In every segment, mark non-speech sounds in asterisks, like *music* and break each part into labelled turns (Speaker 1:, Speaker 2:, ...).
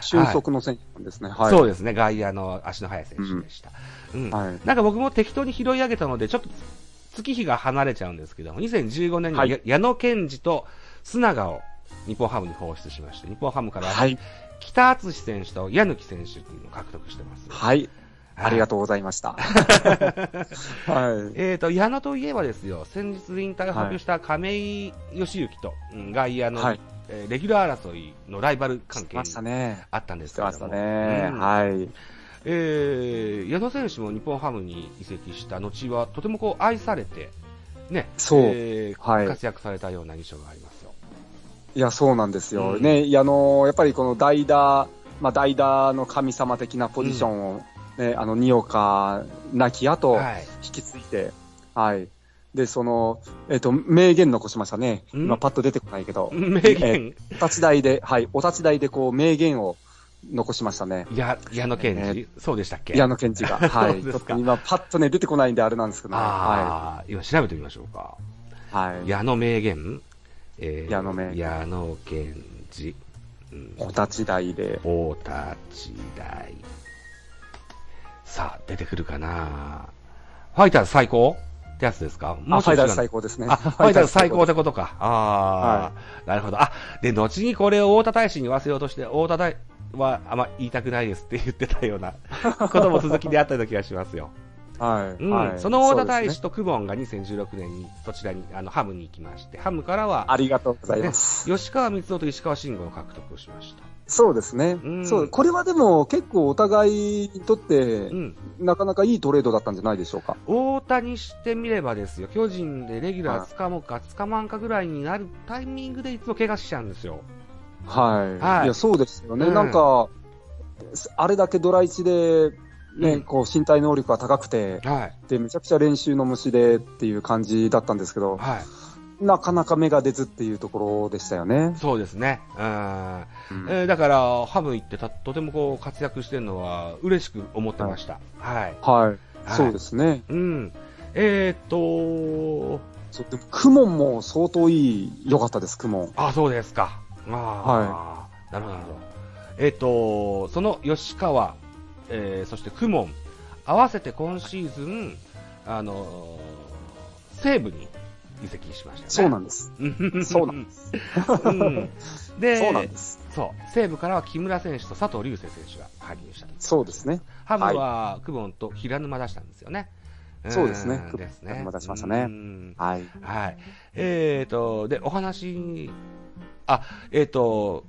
Speaker 1: 俊足の選手なんですね。はい。
Speaker 2: そうですね、外野の足の速い選手でした。うん。
Speaker 1: はい
Speaker 2: なんか僕も適当に拾い上げたので、ちょっと月日が離れちゃうんですけども、2015年には
Speaker 1: はい
Speaker 2: や矢野健二と須永を日本ハムに放出しまして、日本ハムから
Speaker 1: はい。
Speaker 2: 北敦選手と矢貫選手っていうのを獲得してます。
Speaker 1: はい。ありが
Speaker 2: と
Speaker 1: とうございま
Speaker 2: *laughs*
Speaker 1: した。はい。
Speaker 2: えっ、と、矢野といえばですよ、先日引退を発表した亀井義行と、うん外野の、
Speaker 1: はい
Speaker 2: えーレギュラー争いのライバル関係
Speaker 1: ま
Speaker 2: に
Speaker 1: したね。
Speaker 2: あったんです
Speaker 1: し
Speaker 2: け
Speaker 1: て
Speaker 2: れ
Speaker 1: ま
Speaker 2: ど
Speaker 1: し
Speaker 2: も、
Speaker 1: たね。
Speaker 2: うん
Speaker 1: はい。
Speaker 2: えー矢野選手も日本ハムに移籍した後は、とてもこう愛されて、ね、
Speaker 1: そう
Speaker 2: えー
Speaker 1: はい
Speaker 2: 活躍されたような印象がありますよ。
Speaker 1: いや、そうなんですよ。
Speaker 2: うん
Speaker 1: ね、いや、あの、やっぱりこの代打、まあ、代打の神様的なポジションを、ね、あの、二岡亡き後、
Speaker 2: はい。
Speaker 1: 引き継いで、はい。で、その、えっ、と、名言残しましたね。
Speaker 2: うん
Speaker 1: 今、パッと出てこないけど、
Speaker 2: 名言、
Speaker 1: お立ち台で、はい、お立ち台でこう、名言を残しましたね。
Speaker 2: や矢野健二、そうでしたっけ
Speaker 1: 矢野健
Speaker 2: *laughs*
Speaker 1: 治が。はい。
Speaker 2: そう
Speaker 1: ち
Speaker 2: で
Speaker 1: ょ
Speaker 2: す
Speaker 1: っ
Speaker 2: か
Speaker 1: と今、パッとね、出てこないんであれなんですけどね。は
Speaker 2: ああ、今調べてみましょうか。
Speaker 1: い。はい。
Speaker 2: 矢野名言、え
Speaker 1: 矢野名言
Speaker 2: 矢野健二、うん
Speaker 1: お立ち台で。
Speaker 2: お立ち台。さあ、出てくるかなファイターズ最高ってやつですか
Speaker 1: あ、ファイターズ
Speaker 2: 高
Speaker 1: 最高ですね。
Speaker 2: あ、ファイターズ最高っ
Speaker 1: で
Speaker 2: てことか。ああ、なるほど。あ、で、後にこれを太田大使に言わせようとして、太田大はあんま言いたくないですって言ってたよう *laughs* なことも続きであったような気がしますよ。
Speaker 1: す。はい。
Speaker 2: うん。
Speaker 1: はい
Speaker 2: その太田
Speaker 1: そう
Speaker 2: 大
Speaker 1: です
Speaker 2: 使
Speaker 1: ね
Speaker 2: とクボンが2016年にそちらに、あの、ハムに行きまして、ハムからは、
Speaker 1: ありがとうございます。
Speaker 2: 吉川光夫と石川慎吾を獲得しました。
Speaker 1: そうですね
Speaker 2: うん。
Speaker 1: そう。これはでも、結構お互いにとって
Speaker 2: う、ん。
Speaker 1: なかなかいいトレードだったんじゃないでしょうか。
Speaker 2: 大田にしてみればですよ、巨人でレギュラーつかもうかつかまんかぐらいになるタイミングでいつも怪我しちゃうんですよ。
Speaker 1: はい。
Speaker 2: はい
Speaker 1: い、や、そうですよね。
Speaker 2: うん
Speaker 1: なんか、あれだけドラ1で、ね、
Speaker 2: うん
Speaker 1: こう、身体能力が高くて、
Speaker 2: はい。
Speaker 1: で、めちゃくちゃ練習の虫でっていう感じだったんですけど、
Speaker 2: はい。
Speaker 1: なかなか芽が出ずっていうところでしたよね。
Speaker 2: そうですね。うん。
Speaker 1: うん
Speaker 2: えーだから、ハム行ってた、とてもこう、活躍してるのは、嬉しく思ってました。はい。
Speaker 1: はい。
Speaker 2: はい
Speaker 1: そうですね。
Speaker 2: うん。えー、っと、
Speaker 1: そうでも、クモンも相当いい、良かったです、クモン。
Speaker 2: あ、そうですか。ああ、なるほど、なるほど。えー、っと、その吉川、えー、そしてクモン、合わせて今シーズン、あのー西武に移籍しましたよね。
Speaker 1: そうなんです。
Speaker 2: うん
Speaker 1: そうなん
Speaker 2: *laughs*
Speaker 1: です。
Speaker 2: うんで、
Speaker 1: そうなんです。
Speaker 2: そう西武からは木村選手と佐藤隆星選手が加入したと。
Speaker 1: そうですね。
Speaker 2: ハムは久保と平沼出したんですよね。
Speaker 1: そうですね
Speaker 2: んですね
Speaker 1: 久保出しましたね
Speaker 2: うん
Speaker 1: はい。
Speaker 2: はい。えっ、と、で、お話、あ、えっ、と、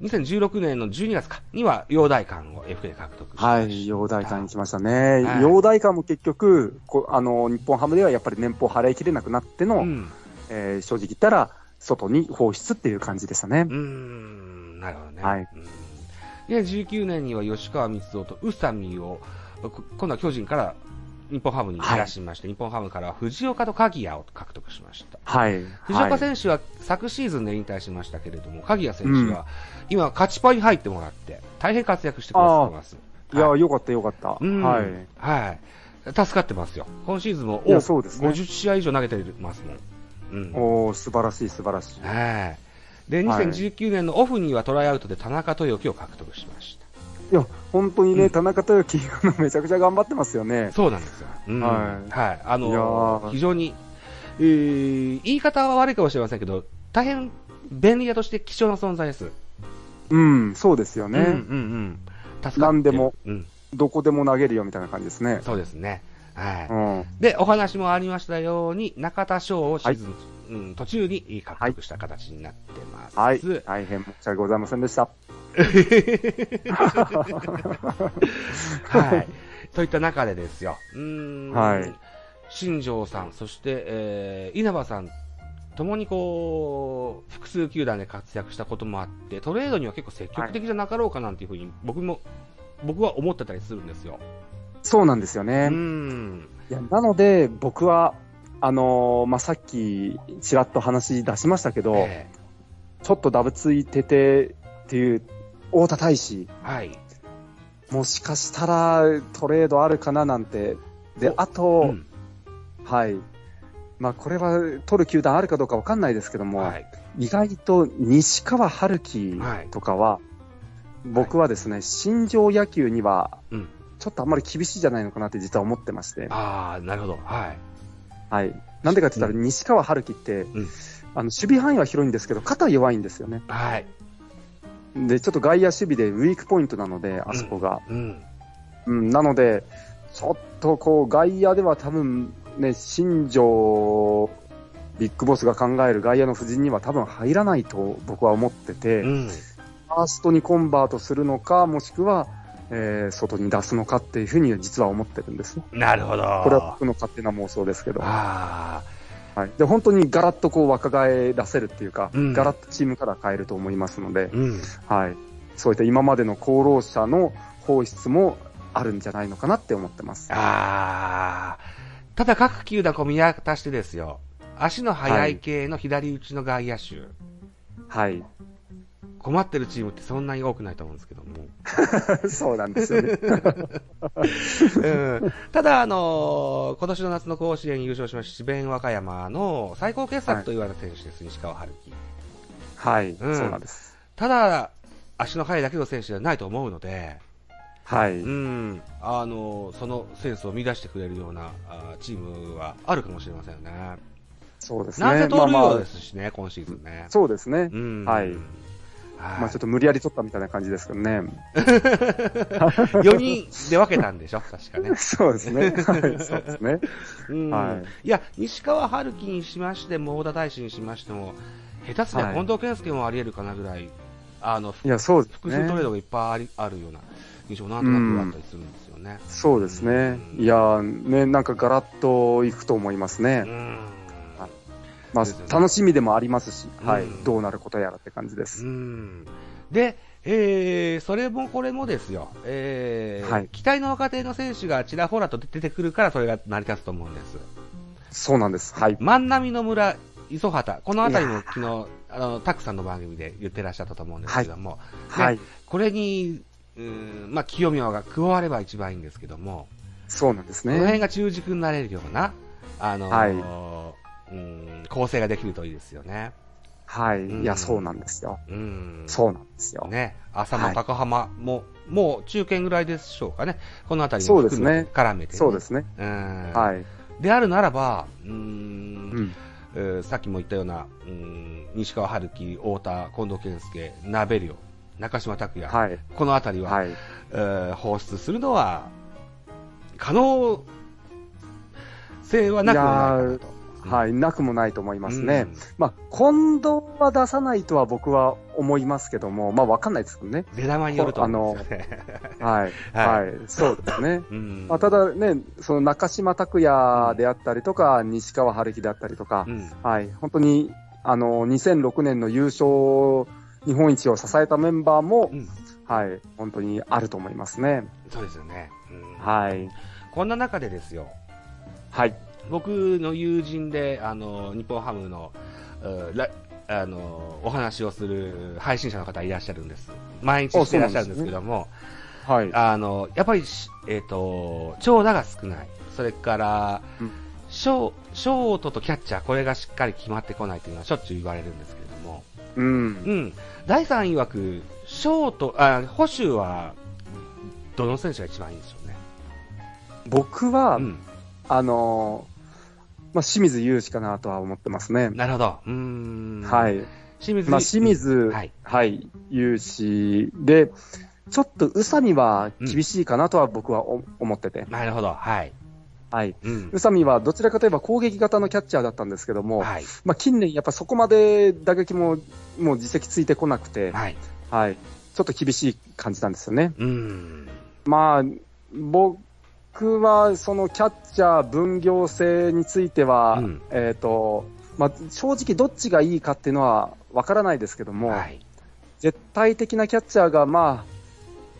Speaker 2: 2016年の12月かには、陽大館を FA 獲得しました
Speaker 1: はい、陽大館に来ましたね。
Speaker 2: はい
Speaker 1: 陽大館も結局こあの、日本ハムではやっぱり年俸払いきれなくなっての、
Speaker 2: うん。
Speaker 1: えー正直言ったら、外に放出っていう感じでしたね
Speaker 2: う。ーん、なるほどね。
Speaker 1: はい
Speaker 2: うんで、19年には吉川光夫と宇佐美を、こ今度は巨人から日本ハムにいらしまして、日本ハムからは藤岡と鍵谷を獲得しました。
Speaker 1: はい。
Speaker 2: 藤岡
Speaker 1: はい
Speaker 2: 選手は昨シーズンで引退しましたけれども、鍵谷選手は今、勝ちパイに入ってもらって、大変活躍してくれてます。
Speaker 1: いや
Speaker 2: は
Speaker 1: ー、よかったよかった。
Speaker 2: うん
Speaker 1: はい。
Speaker 2: はい。助かってますよ。今シーズンも、
Speaker 1: いや
Speaker 2: お
Speaker 1: そうですね
Speaker 2: 50試合以上投げてますもん。うん。
Speaker 1: おー、素晴らしい素晴らしい。
Speaker 2: はい。で、
Speaker 1: はい
Speaker 2: 2019年のオフにはトライアウトで田中豊樹を獲得しまし
Speaker 1: いや、本当に
Speaker 2: うん
Speaker 1: ね、田中豊樹、あのめちゃくちゃ頑張ってますよね
Speaker 2: た。。そうなんですよ。うん
Speaker 1: はい
Speaker 2: はい。あ
Speaker 1: いや
Speaker 2: の、
Speaker 1: ー
Speaker 2: 非常に、えー言い方は悪いかもしれませんけど、大変便利屋として貴重な存在です。
Speaker 1: うん、そうですよ
Speaker 2: うんうんう
Speaker 1: ね。
Speaker 2: ん。助かって
Speaker 1: 何でも。
Speaker 2: うん。
Speaker 1: どこでも投げるよみたいな感じですね。
Speaker 2: そうですね。はい。
Speaker 1: うん。
Speaker 2: で、お話もありましたように、中田翔をシーズン、うん、途中に獲得した形になってます。
Speaker 1: はい。大変申し訳ございませんで
Speaker 2: *laughs*
Speaker 1: した。
Speaker 2: はい。といった中でですよ。うーん。
Speaker 1: はい。
Speaker 2: 新庄さん、そして、えー、稲葉さん、ともにこう、複数球団で活躍したこともあって、トレードには結構積極的じゃなかろうかなんていうふうに、僕も、僕は思ってたりするんですよ。
Speaker 1: そうなんですよ
Speaker 2: う
Speaker 1: ね。
Speaker 2: ん。
Speaker 1: いやなので、僕は、あのーまあ、さっき、ちらっと話出しましたけど、
Speaker 2: え
Speaker 1: ちょっとダブついててっていう、太田大使、
Speaker 2: ーはい。
Speaker 1: もしかしたらトレードあるかななんて、で、
Speaker 2: お
Speaker 1: あ
Speaker 2: う
Speaker 1: と、
Speaker 2: ん
Speaker 1: はい。まあ、これは取る球団あるかどうかわかんないですけども、
Speaker 2: はい。
Speaker 1: 意外と西川春樹とかは、僕はですね、新庄野球には
Speaker 2: うん、
Speaker 1: ちょっとあんまり厳しいじゃないのかなって実は思ってまして、
Speaker 2: ああ、なるほど。はい。
Speaker 1: はい。なんでかって言ったら、西川春樹って、
Speaker 2: ん
Speaker 1: あの守備範囲は広いんですけど、肩弱いんですよね。
Speaker 2: はい。
Speaker 1: で、ちょっと外野守備でウィークポイントなので、あそこが。
Speaker 2: うん。
Speaker 1: うん、なので、ちょっとこう、外野では多分、ね、新庄、ビッグボスが考える外野の布陣には多分入らないと僕は思ってて、
Speaker 2: うん。
Speaker 1: ファーストにコンバートするのか、もしくは、えー外に出すのかっていうふうに実は思ってるんですね。
Speaker 2: なるほど。
Speaker 1: これは僕の勝手な妄想ですけど。は
Speaker 2: ああ、
Speaker 1: い。で、本当にガラッとこう若返らせるっていうか、
Speaker 2: うん
Speaker 1: ガラッとチームから変えると思いますので、
Speaker 2: うん。
Speaker 1: はい。そういった今までの功労者の放出もあるんじゃないのかなって思ってます。
Speaker 2: ああ。ただ各球団こう見渡してですよ。足の速い系の左打ちの外野手。
Speaker 1: はい。
Speaker 2: 困ってるチームってそんなに多くないと思うんですけども。
Speaker 1: *laughs* そうなんですよね。 *laughs*
Speaker 2: うんただ、あのー今年の夏の甲子園優勝しました智弁和歌山の最高傑作と言われた選手です、西川春樹。
Speaker 1: はい、
Speaker 2: うん
Speaker 1: そうなんです。
Speaker 2: ただ、足の速いだけの選手ではないと思うので、
Speaker 1: はい。
Speaker 2: うん、あのーそのセンスを見出してくれるようなあーチームはあるかもしれませんよね。
Speaker 1: そうですね。
Speaker 2: なぜ盗塁
Speaker 1: まあ
Speaker 2: 王
Speaker 1: ま
Speaker 2: で
Speaker 1: あ、
Speaker 2: すしね、今シーズンね。
Speaker 1: そうですね。
Speaker 2: うん
Speaker 1: はい
Speaker 2: はい
Speaker 1: まあちょっと無理やり取ったみたいな感じですけどね。 *laughs*
Speaker 2: 4人で分けたんでしょ、確かね。
Speaker 1: そうです
Speaker 2: *laughs*
Speaker 1: ね。はい、そうですね。
Speaker 2: う
Speaker 1: *laughs*
Speaker 2: ん、
Speaker 1: はい
Speaker 2: や、西川春樹にしましても、大田大使にしましても、下手すりゃ
Speaker 1: はい
Speaker 2: 近藤健介もあり得るかなぐらい、あの、
Speaker 1: いや、そうです
Speaker 2: 複数トレー
Speaker 1: ね。
Speaker 2: ドがいっぱいありあるような印象なんとなくあったりするんですよね。
Speaker 1: そうですね。いやー、ね、なんかガラッといくと思います
Speaker 2: う
Speaker 1: ね。
Speaker 2: ん。
Speaker 1: まあ
Speaker 2: そうです、ね
Speaker 1: 楽しみでもありますし、は
Speaker 2: う
Speaker 1: い
Speaker 2: ん。
Speaker 1: どうなることやらって感じです
Speaker 2: う。ん。で、えー、それもこれもですよ、えー
Speaker 1: はい
Speaker 2: 期待の若手の選手がちらほらと出てくるから、それが成り立つと思うんです。
Speaker 1: そうなんです。はい。
Speaker 2: 万波の村、磯畑、この辺りも昨日、あの、たくさんの番組で言ってらっしゃったと思うんですけども、
Speaker 1: はい。
Speaker 2: これに、うーんまあ、清宮が加われば一番いいんですけども、
Speaker 1: そうなんです
Speaker 2: この
Speaker 1: ね。
Speaker 2: 辺が中軸になれるような、あのー
Speaker 1: はいう
Speaker 2: ーん構成ができるといいですよね。
Speaker 1: は
Speaker 2: うん
Speaker 1: い。いや、そうなんですよ。
Speaker 2: うん。
Speaker 1: そうなんですよ。
Speaker 2: ね。浅野、
Speaker 1: はい
Speaker 2: 高浜も、もう中堅ぐらいでしょうかね。この辺り
Speaker 1: そ
Speaker 2: も
Speaker 1: うです
Speaker 2: 含め
Speaker 1: ね
Speaker 2: て絡めて、
Speaker 1: そうですね。
Speaker 2: うん。
Speaker 1: はい。
Speaker 2: であるならば、うー、
Speaker 1: うんん。
Speaker 2: えーさっきも言ったような、うーん、西川春樹、太田、近藤健介、ナベリオ、中島拓也、
Speaker 1: はい。
Speaker 2: この辺りは、
Speaker 1: はい。
Speaker 2: えー放出するのは可能性はなくもないかなと。、
Speaker 1: はいい。なくもないと思いますね。まあ、近藤は出さないとは僕は思いますけども、まあ、わかんないですけど
Speaker 2: *laughs*
Speaker 1: ね。
Speaker 2: うん。出玉によると思うんですよね。
Speaker 1: はい。
Speaker 2: は
Speaker 1: はいい。そうですね。
Speaker 2: うん
Speaker 1: まあ、た、だね、その中島拓也であったりとか、西川春樹であったりとか
Speaker 2: う、ん、
Speaker 1: はい。本当に、あの、2006年の優勝日本一を支えたメンバーも
Speaker 2: う、ん
Speaker 1: はい。本当にあると思いますね。
Speaker 2: そうですよね、うん
Speaker 1: はい。
Speaker 2: こんな中でですよ、
Speaker 1: はい。
Speaker 2: 僕の友人で、あの、日本ハムの、うんらあの、お話をする配信者の方いらっしゃるんです。毎日していらっしゃるんですけども、
Speaker 1: はい。
Speaker 2: あの、やっぱりし、えっ、と、長打が少ない。それから、
Speaker 1: うん
Speaker 2: ショーショートとキャッチャー、これがしっかり決まってこないというのはしょっちゅう言われるんですけれども、
Speaker 1: う。
Speaker 2: うんん。第3位枠、ショート、あ、捕手は、どの選手が一番いいんでしょうね。
Speaker 1: 僕は、
Speaker 2: うん。
Speaker 1: あのまあ、清水雄志かなとは思ってますね。
Speaker 2: なるほど。うーん。。
Speaker 1: はいい。
Speaker 2: 清水。
Speaker 1: まあ、清水、
Speaker 2: はい。
Speaker 1: はい、有志で、ちょっと宇佐美は厳しいかなとは僕はお思ってて、
Speaker 2: なるほど。はい。
Speaker 1: はい。
Speaker 2: うん
Speaker 1: 宇。佐美はどちらかといえば攻撃型のキャッチャーだったんですけども、
Speaker 2: はい。
Speaker 1: まあ、近年やっぱそこまで打撃ももう実績ついてこなくて、
Speaker 2: はい。
Speaker 1: はい。ちょっと厳しい感じなんですよね。
Speaker 2: うーん。
Speaker 1: まあ、僕はそのキャッチャー分業制については、
Speaker 2: うん
Speaker 1: えっ、と、まあ、正直どっちがいいかっていうのはわからないですけども、
Speaker 2: はい。
Speaker 1: 絶対的なキャッチャーが、ま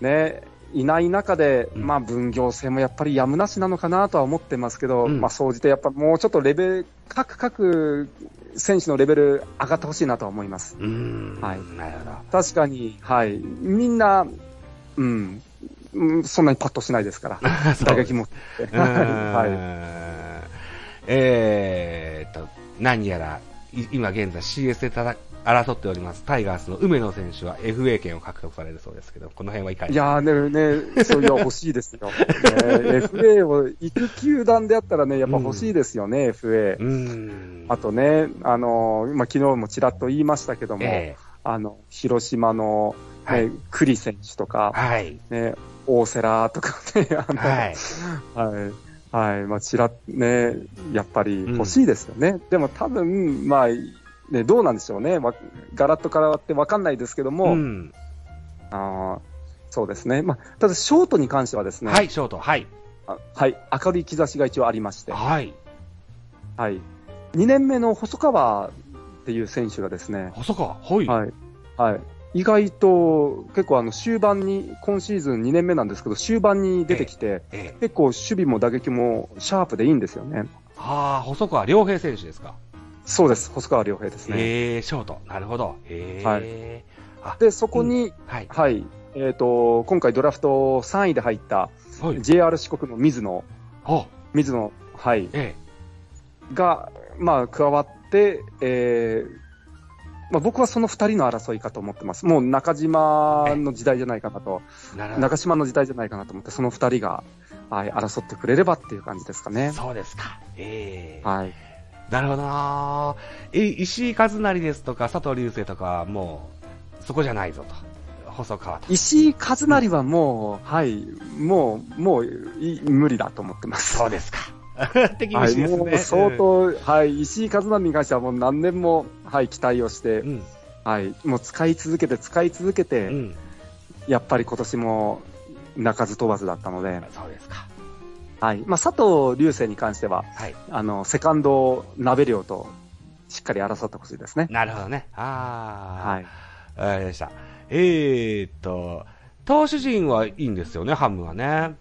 Speaker 1: あ、ね、いない中で、
Speaker 2: うん
Speaker 1: まあ、分業制もやっぱりやむなしなのかなとは思ってますけど、
Speaker 2: うん
Speaker 1: まあ、総じてやっぱもうちょっとレベル、各各選手のレベル上がってほしいなとは思います。
Speaker 2: うーん。
Speaker 1: *laughs* はい
Speaker 2: なるほど。
Speaker 1: 確かに、はい、みんな、うん、うんそんなにパッとしないですから、
Speaker 2: *laughs*
Speaker 1: 打撃も。
Speaker 2: うーん
Speaker 1: は
Speaker 2: えーっと、何やら、い今現在 CS でたた争っておりますタイガースの梅野選手は FA 権を獲得されるそうですけど、この辺はいかに
Speaker 1: いやーね、ね、そういや、欲しいです
Speaker 2: *laughs*
Speaker 1: よ。ね、FA を行く球団であったらね、やっぱ欲しいですよね、FA。
Speaker 2: うーん。
Speaker 1: あとね、あのー、まあ、昨日もちらっと言いましたけども、
Speaker 2: え
Speaker 1: あの、広島の、ね
Speaker 2: はい
Speaker 1: 栗選手と
Speaker 2: え
Speaker 1: か、
Speaker 2: はい。
Speaker 1: ね、大瀬良とかね、 *laughs* あの、
Speaker 2: はい。
Speaker 1: はい。はい。まあ、ちら、ね、やっぱり欲しいですよね。でも多分、まあ、ね、どうなんでしょうね。わガラッと変わってわかんないですけども、
Speaker 2: うん。
Speaker 1: あーそうですね。まあ、ただ、ショートに関してはですね、
Speaker 2: はい、ショート。はい。
Speaker 1: あはい。明るい兆しが一応ありまして、
Speaker 2: はい。
Speaker 1: はい。2年目の細川っていう選手がですね、
Speaker 2: 細川。はい。
Speaker 1: はい。はい。意外と、結構あの、終盤に、今シーズン2年目なんですけど、終盤に出てきて、
Speaker 2: ええ。
Speaker 1: 結構守備も打撃もシャープでいいんですよね。
Speaker 2: ああ、細川良平選手ですか。
Speaker 1: そうです、細川良平ですね。
Speaker 2: ええ、ショート。なるほど。ええ。
Speaker 1: はで、そこに、
Speaker 2: はい。
Speaker 1: はい、えっ、と、今回ドラフト3位で入った
Speaker 2: はい。
Speaker 1: JR 四国の水野、
Speaker 2: あ、
Speaker 1: 水野、はい、
Speaker 2: え
Speaker 1: が、まあ、加わって、えーまあ、僕はその二人の争いかと思ってます。もう中島の時代じゃないかなと、
Speaker 2: え。なるほど。
Speaker 1: 中島の時代じゃないかなと思って、その二人が、はい、争ってくれればっていう感じですかね。
Speaker 2: そうですか。ええ。
Speaker 1: はい。
Speaker 2: なるほどなーえ、石井和成ですとか、佐藤隆星とかはもう、そこじゃないぞと。細川と。
Speaker 1: 石井和成はもう、はい、もう、もうい、無理だと思ってます。
Speaker 2: そうですか。 *laughs* って厳
Speaker 1: は
Speaker 2: し
Speaker 1: い、
Speaker 2: いです
Speaker 1: も
Speaker 2: ね。
Speaker 1: う相当、はい、石井一成に関してはもう何年も、はい、期待をして、
Speaker 2: うん。
Speaker 1: はい、もう使い続けて、使い続けて、
Speaker 2: うん。うん。
Speaker 1: やっぱり今年も泣かず飛ばずだったので、
Speaker 2: そうですか。
Speaker 1: はい、まあ、佐藤流星に関しては、
Speaker 2: はい。
Speaker 1: あの、セカンドを鍋量としっかり争ってほしいですね。
Speaker 2: なるほどね。ああ。
Speaker 1: はい。
Speaker 2: わかりました。えー、っと、投手陣はいいんですよね、ハムはね。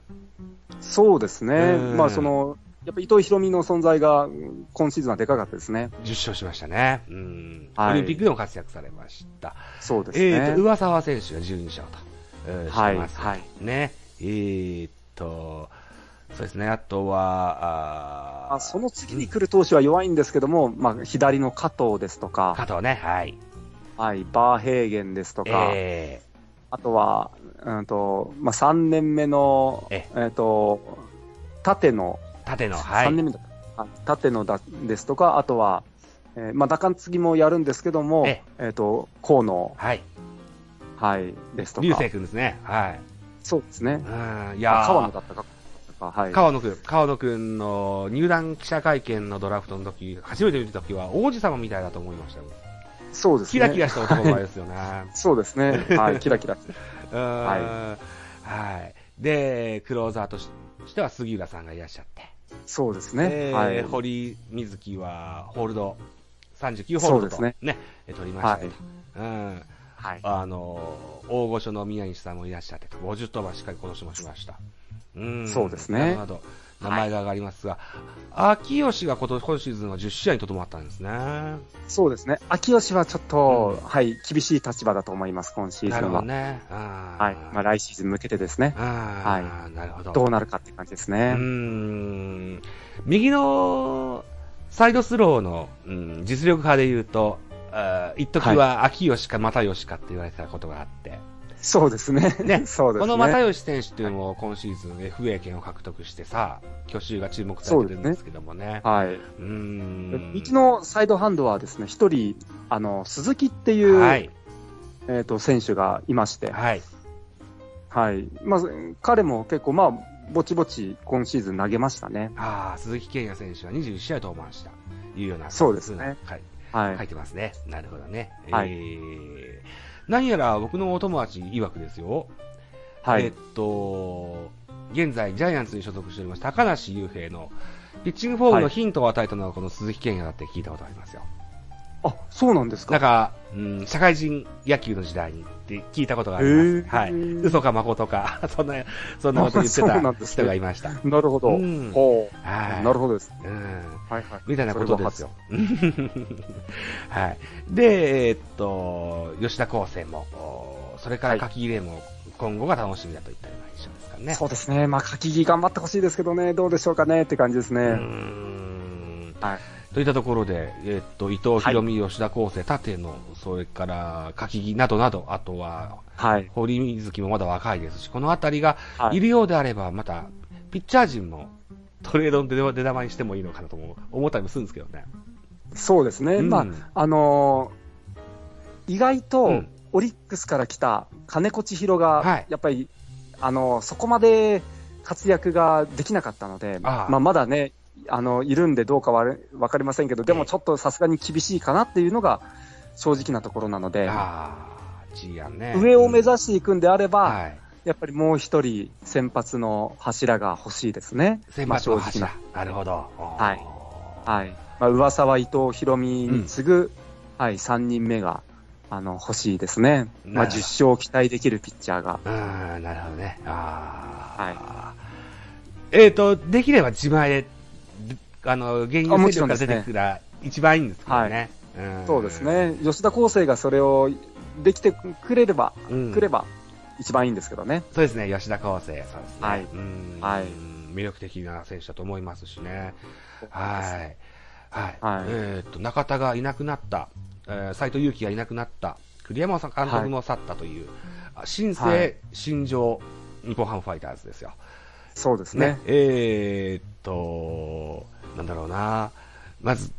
Speaker 1: そうですね
Speaker 2: うん。
Speaker 1: まあ、その、やっぱ伊藤博美の存在がうん今シーズンはでかかったですね。
Speaker 2: 10勝しましたね。うん。
Speaker 1: はい
Speaker 2: オリンピックでも活躍されました。
Speaker 1: そうですね。
Speaker 2: えー、っと、上沢選手が12勝と、えー
Speaker 1: はい
Speaker 2: してます。
Speaker 1: はい
Speaker 2: ね。えー、っと、そうですね、あとは、あ
Speaker 1: まあ、その次に来る投手は弱いんですけども、まあ、左の加藤ですとか、
Speaker 2: 加藤ね、はい。
Speaker 1: はい、バーヘーゲンですとか、
Speaker 2: え
Speaker 1: あとは、うんとまあ、3年目の、
Speaker 2: え
Speaker 1: えっと縦の、
Speaker 2: ー、縦の、は
Speaker 1: 3
Speaker 2: い。
Speaker 1: 年目だあ縦のだですとか、あとは、えーまあ、打感継ぎもやるんですけども、
Speaker 2: え
Speaker 1: えっと河野、
Speaker 2: はい。
Speaker 1: はい、ですと
Speaker 2: 流
Speaker 1: か、
Speaker 2: 星君ですね。はい。
Speaker 1: そうですね、
Speaker 2: うん、い
Speaker 1: あ
Speaker 2: やー
Speaker 1: 川野だったか、とかはい、
Speaker 2: 川野くん、川野くんの入団記者会見のドラフトの時、初めて見た時は王子様みたいだと思いましたよ。
Speaker 1: そうですね、
Speaker 2: キラキラした男前です
Speaker 1: *laughs*
Speaker 2: よね。
Speaker 1: そうですね、
Speaker 2: *laughs*
Speaker 1: はい、キラキラ、
Speaker 2: うーんはい。で、クローザーとししては杉浦さんがいらっしゃって。
Speaker 1: そうですね、
Speaker 2: えー
Speaker 1: はい、
Speaker 2: 堀水木はホールド、39ホールド
Speaker 1: そうです
Speaker 2: とね
Speaker 1: ね、
Speaker 2: え取りましたと、
Speaker 1: はい
Speaker 2: うん。
Speaker 1: はい、
Speaker 2: あのー、大御所の宮西さんもいらっしゃってと、50登板しっかり今年もしました。うん。
Speaker 1: そうですね
Speaker 2: なるほど。名前が上がりますが、秋吉が今年、今シーズンは10試合にとどまったんですね。
Speaker 1: そうですね、秋吉はちょっと、はい、厳しい立場だと思います、今シーズ
Speaker 2: なる
Speaker 1: ン
Speaker 2: ほど
Speaker 1: は。
Speaker 2: ね。あー
Speaker 1: はい。まあ、来シーズン向けてですね。
Speaker 2: あーなるほど。
Speaker 1: どうなるかって感じですね
Speaker 2: う。ん。右のサイドスローの、うん、実力派で言うと、あー一時は秋吉か又吉かって言われてたことがあって、
Speaker 1: そうですね。*laughs*
Speaker 2: ね
Speaker 1: そうですね。
Speaker 2: この又吉選手っていうのも今シーズン FA 権を獲得してさ、去就が注目されてるんですけどもね。
Speaker 1: はい。
Speaker 2: うーん。
Speaker 1: 右のサイドハンドはですね、一人、あの、鈴木っていう、
Speaker 2: はい。
Speaker 1: えっ、と、選手がいまして、はい。
Speaker 2: はい。
Speaker 1: まあ、彼も結構、まあ、ぼちぼち今シーズン投げましたね。
Speaker 2: ああ、鈴木健也選手は21試合登板した。いうような。
Speaker 1: そうですね。
Speaker 2: はい。
Speaker 1: はい。
Speaker 2: 書いてますね。なるほどね。
Speaker 1: はい
Speaker 2: えー、何やら僕のお友達曰くですよ。
Speaker 1: は
Speaker 2: えっ
Speaker 1: い。
Speaker 2: と、現在ジャイアンツに所属しております高梨雄平のピッチングフォームのヒントを与えたのはこの鈴木健也だって聞いたことありますよ。
Speaker 1: あ、そうなんです
Speaker 2: なん
Speaker 1: か。
Speaker 2: か、うん、社会人野球の時代にって聞いたことがあり
Speaker 1: へ
Speaker 2: ます。
Speaker 1: ー
Speaker 2: はい。嘘か誠か、 *laughs* そんな、そんなこと言って
Speaker 1: あそうなん
Speaker 2: た
Speaker 1: です
Speaker 2: 人
Speaker 1: ね
Speaker 2: がいました。
Speaker 1: なるほど。
Speaker 2: うん
Speaker 1: ほう。
Speaker 2: はい。
Speaker 1: なるほどです。
Speaker 2: うん。
Speaker 1: はいはい。
Speaker 2: みたいなことですよ。 *laughs* はい。で、えっと、吉田康生も、おそれから柿入れも、今後が楽しみだといったような印象ですかね。
Speaker 1: そうですね。まあ、書き木頑張ってほしいですけどね、どうでしょうかねって感じですね。
Speaker 2: うーん
Speaker 1: はい。
Speaker 2: といったところで、えっと、伊藤博美、吉田康生、縦野、それから柿木などなど、あとは、
Speaker 1: はい。
Speaker 2: 堀水木もまだ若いですし、このあたりが
Speaker 1: はい
Speaker 2: いるようであれば、また、ピッチャー陣もトレードの出玉出玉にしてもいいのかなとも思ったりもするんですけどね。
Speaker 1: そうですね。
Speaker 2: うん
Speaker 1: まあ、あのー意外と、
Speaker 2: うん
Speaker 1: オリックスから来た金子千尋
Speaker 2: は
Speaker 1: が
Speaker 2: い、
Speaker 1: やっぱり、あのーそこまで活躍ができなかったので、
Speaker 2: ああ
Speaker 1: まあ、まだね、あのいるんでどうかはわわかりませんけど、でもちょっとさすがに厳しいかなっていうのが正直なところなので、
Speaker 2: ああ、ジアンね。
Speaker 1: 上を目指し
Speaker 2: す。
Speaker 1: ていくんであれば、
Speaker 2: はい。
Speaker 1: やっぱりもう一人、先発の柱が欲しいですね。
Speaker 2: 先
Speaker 1: まあ正
Speaker 2: 発の
Speaker 1: 直
Speaker 2: 柱。なるほど。
Speaker 1: はいはい。まあ、噂は伊藤博美に次ぐ、はい、3人目が、あの、欲しいですね。まあ、
Speaker 2: なるほど
Speaker 1: 10勝を期待できるピッチャーが。
Speaker 2: うーん、なるほどね。ああ。
Speaker 1: は
Speaker 2: えっ、と、できれば自前で、あの、原
Speaker 1: あ
Speaker 2: 油
Speaker 1: も
Speaker 2: 勢
Speaker 1: ちろ
Speaker 2: 力
Speaker 1: ん
Speaker 2: が
Speaker 1: です
Speaker 2: 出
Speaker 1: ね
Speaker 2: てくら、一番いいんですけどね。ん
Speaker 1: そうです。ね。吉田康生がそれをできてくれれば、
Speaker 2: うん
Speaker 1: くれば、一番いいんですけどね。
Speaker 2: そうですね、吉田康生さんですね。
Speaker 1: はい
Speaker 2: うん
Speaker 1: はい
Speaker 2: 魅力的な選手だと思いますしね。
Speaker 1: そう
Speaker 2: はい。はい。
Speaker 1: はい
Speaker 2: えーっと、中田がいなくなった、えー、斎藤佑樹がいなくなった、栗山さん監督も去ったという、あ新生、
Speaker 1: はい
Speaker 2: 新庄、日本ハムファイターズですよ。
Speaker 1: そうです
Speaker 2: ね。
Speaker 1: ね。
Speaker 2: えーっと、なんだろうな。まず、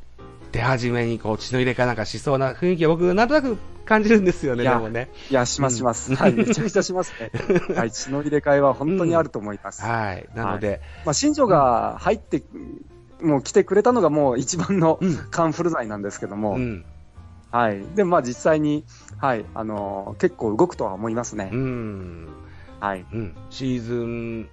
Speaker 2: 出始めにこう血の入れ替えなんかしそうな雰囲気を僕、なんとなく感じるんですよね、
Speaker 1: い
Speaker 2: で
Speaker 1: や
Speaker 2: もね。
Speaker 1: いや、しますします。はい、めちゃくちゃします
Speaker 2: *laughs*
Speaker 1: ね。はい、血の入れ替えは本当にあると思います。
Speaker 2: はい。なので、
Speaker 1: まあ、新庄が入って、もう来てくれたのがもう一番の
Speaker 2: うん
Speaker 1: カンフル剤なんですけども、
Speaker 2: うん。
Speaker 1: はい。で、まあ実際に、はい、あのー結構動くとは思いますね。
Speaker 2: うん。
Speaker 1: はい。
Speaker 2: うん、シーズン、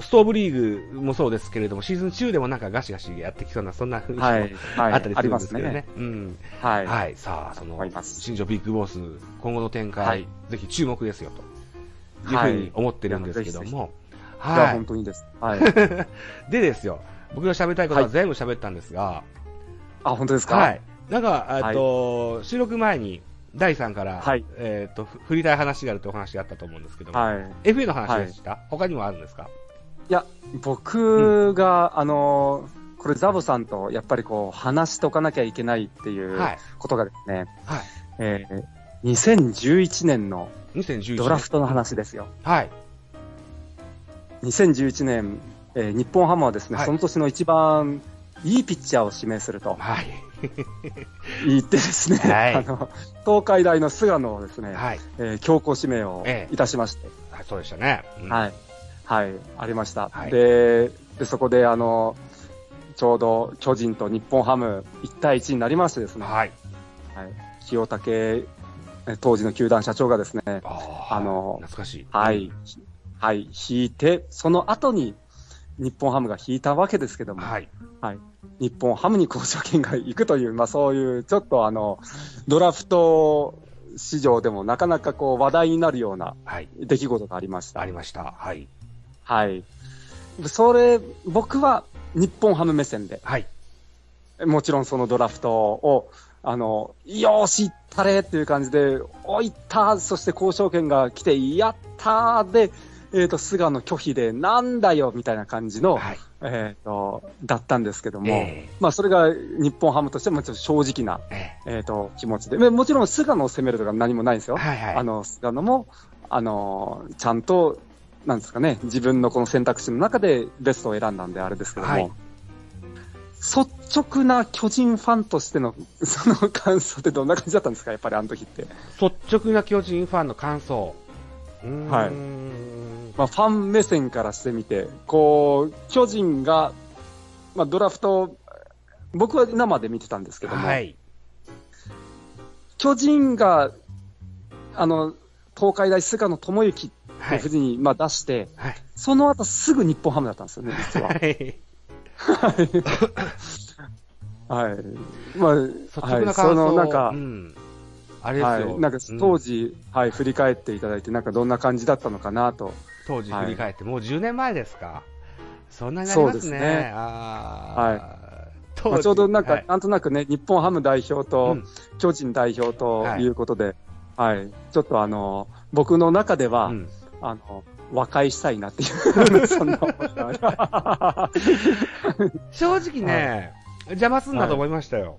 Speaker 2: ストーブリーグもそうですけれども、シーズン中でもなんかガシガシやってきそうな、そんな雰囲気も、
Speaker 1: はい。はい。
Speaker 2: あったりするんです
Speaker 1: あり
Speaker 2: けど
Speaker 1: ます
Speaker 2: ね。
Speaker 1: ね。
Speaker 2: うん。
Speaker 1: はい。
Speaker 2: はい。さあ、その
Speaker 1: 思い、ます
Speaker 2: 新庄ビッグボス、今後の展開、
Speaker 1: はい
Speaker 2: ぜひ注目ですよ、というふ
Speaker 1: は
Speaker 2: う
Speaker 1: い
Speaker 2: に思ってるんですけども。
Speaker 1: いや、
Speaker 2: は
Speaker 1: 本当に
Speaker 2: *laughs*
Speaker 1: です。はい。
Speaker 2: い。でですよ、僕が喋りたいことは全部喋ったんですが、
Speaker 1: あ、本当ですか
Speaker 2: はい。なんか、えっと、収録前に、第3から、
Speaker 1: はい
Speaker 2: えっと、ふ振りたい話があるってお話があったと思うんですけども、
Speaker 1: はい。
Speaker 2: FA の話でした、他にもあるんですか
Speaker 1: いや、僕が、あのーこれザボさんとやっぱりこう、話しとかなきゃいけないっていう
Speaker 2: はい。
Speaker 1: ことがですね、
Speaker 2: はい。
Speaker 1: えー2011年の
Speaker 2: 2011年
Speaker 1: ドラフトの話ですよ。
Speaker 2: はい。
Speaker 1: 2011年、えー日本ハムはですね、
Speaker 2: はい
Speaker 1: その年の一番いいピッチャーを指名すると
Speaker 2: はい。
Speaker 1: 言ってですね、
Speaker 2: はい
Speaker 1: あの東海大の菅野をですね、
Speaker 2: はい。
Speaker 1: えー強行指名を
Speaker 2: ええ
Speaker 1: いたしまして、
Speaker 2: はいそうでしたね。い。
Speaker 1: はい、はい、ありました。
Speaker 2: はい
Speaker 1: でで、そこであのちょうど巨人と日本ハム1対1になりましてですね、
Speaker 2: はい。
Speaker 1: はい、清武え当時の球団社長がですね、
Speaker 2: あー
Speaker 1: あの
Speaker 2: 懐かしい。
Speaker 1: はい。、はい、引いて、その後に日本ハムが引いたわけですけども、
Speaker 2: はい。
Speaker 1: 日本ハムに交渉権が行くという、まあ、そういうちょっとあのドラフト市場でもなかなかこう話題になるような
Speaker 2: はい。
Speaker 1: 出来事がありまし
Speaker 2: あ
Speaker 1: た
Speaker 2: り。ました。はい。
Speaker 1: はい、それ僕は日本ハム目線で、
Speaker 2: はい。
Speaker 1: もちろんそのドラフトを、あのよーし、行ったれっていう感じで、おい行った、そして交渉権が来て、やったーで、えー、と菅野拒否で、なんだよみたいな感じの、
Speaker 2: はい。
Speaker 1: えー、とだったんですけども。
Speaker 2: え
Speaker 1: まあ、それが日本ハムとしてもちょっと正直な、
Speaker 2: ーえ
Speaker 1: えー、と気持ちで、でもちろん菅野を攻めるとか何もないんです
Speaker 2: ー
Speaker 1: よ、
Speaker 2: はいはい。
Speaker 1: あの菅野も、あのちゃんとなんですかね自分のこの選択肢の中でベストを選んだんであれですけども、
Speaker 2: はい
Speaker 1: 率直な巨人ファンとしての *laughs* その感想ってどんな感じだったんですか、やっぱりあの時って、
Speaker 2: 率直な巨人ファンの感想。うーん
Speaker 1: はいまあ、ファン目線からしてみて、こう巨人が、まあ、ドラフト、僕は生で見てたんですけども。
Speaker 2: はい。
Speaker 1: 巨人が、あの、東海大菅野智之っ
Speaker 2: は
Speaker 1: て
Speaker 2: い。
Speaker 1: 富士に、まあ、出して、
Speaker 2: はい。
Speaker 1: その後すぐ日本ハムだったんですよね、実は。
Speaker 2: はい。
Speaker 1: はい。まあ、
Speaker 2: 率
Speaker 1: は
Speaker 2: 直
Speaker 1: い、
Speaker 2: な感
Speaker 1: そ
Speaker 2: 想。
Speaker 1: の、なんか
Speaker 2: う、ん。あれです
Speaker 1: は
Speaker 2: よ。
Speaker 1: い、なんか
Speaker 2: うん
Speaker 1: 当、時、はい、振り返っていただいて、なんかどんな感じだったのかなと。
Speaker 2: 当時振り返って、もう10年前ですか。そんなになり
Speaker 1: そ
Speaker 2: ま
Speaker 1: うですすね
Speaker 2: ね。あー
Speaker 1: まあ、ちょうどなんか、
Speaker 2: はい
Speaker 1: なんとなくね、日本ハム代表
Speaker 2: う
Speaker 1: と
Speaker 2: ん、
Speaker 1: 巨人代表ということで、はい、ちょっとあの、僕の中では、
Speaker 2: うん
Speaker 1: あの、和解したいな *laughs* っていう、そんな思いがある
Speaker 2: 正直ね、邪魔すんなと思いましたよ。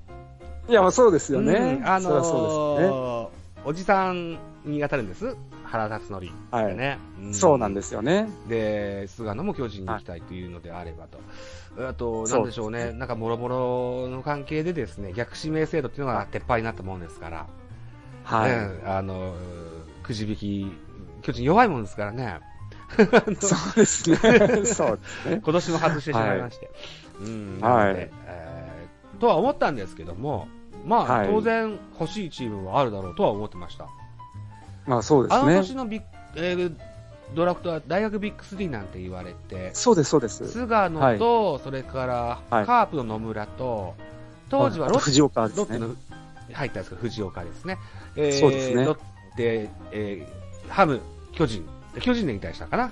Speaker 1: いや、まあそうですよ
Speaker 2: う
Speaker 1: ね。
Speaker 2: んあ
Speaker 1: そりゃそうですよね。
Speaker 2: のーおじさんに当たるんです。原辰徳、
Speaker 1: はい
Speaker 2: ね。
Speaker 1: そうなん
Speaker 2: す
Speaker 1: ですよね。
Speaker 2: で、菅野も巨人に行きたいというのであればと。あと、なんでしょう
Speaker 1: そう
Speaker 2: ね、なんかもろもろの関係でですね、逆指名制度っていうのが撤廃になったもんですから、
Speaker 1: は
Speaker 2: ね
Speaker 1: い。
Speaker 2: あの、くじ引き、巨人弱いもんですからね、
Speaker 1: *laughs* そうです
Speaker 2: *laughs*
Speaker 1: ね。そうですね。
Speaker 2: 今年も外してしまいまして。うん、
Speaker 1: はい
Speaker 2: なのでえーとは思ったんですけども、まあ、
Speaker 1: はい
Speaker 2: 当然欲しいチームはあるだろうとは思ってました。
Speaker 1: まあそうで
Speaker 2: あ
Speaker 1: す
Speaker 2: の
Speaker 1: ね。
Speaker 2: 年のビッグ、えードラフトは大学ビッグ3なんて言われて、
Speaker 1: そうです、そうです。
Speaker 2: 菅野と、それか
Speaker 1: は
Speaker 2: ら
Speaker 1: い
Speaker 2: カープの野村と、当時は
Speaker 1: あ
Speaker 2: ロ
Speaker 1: と
Speaker 2: ッ,、
Speaker 1: 藤岡で
Speaker 2: ロッ
Speaker 1: す
Speaker 2: テ
Speaker 1: ね。
Speaker 2: の入ったんですけど、藤岡ですね、え
Speaker 1: そうですね
Speaker 2: ロッテ、えーハム、巨人、巨人で引退したかな、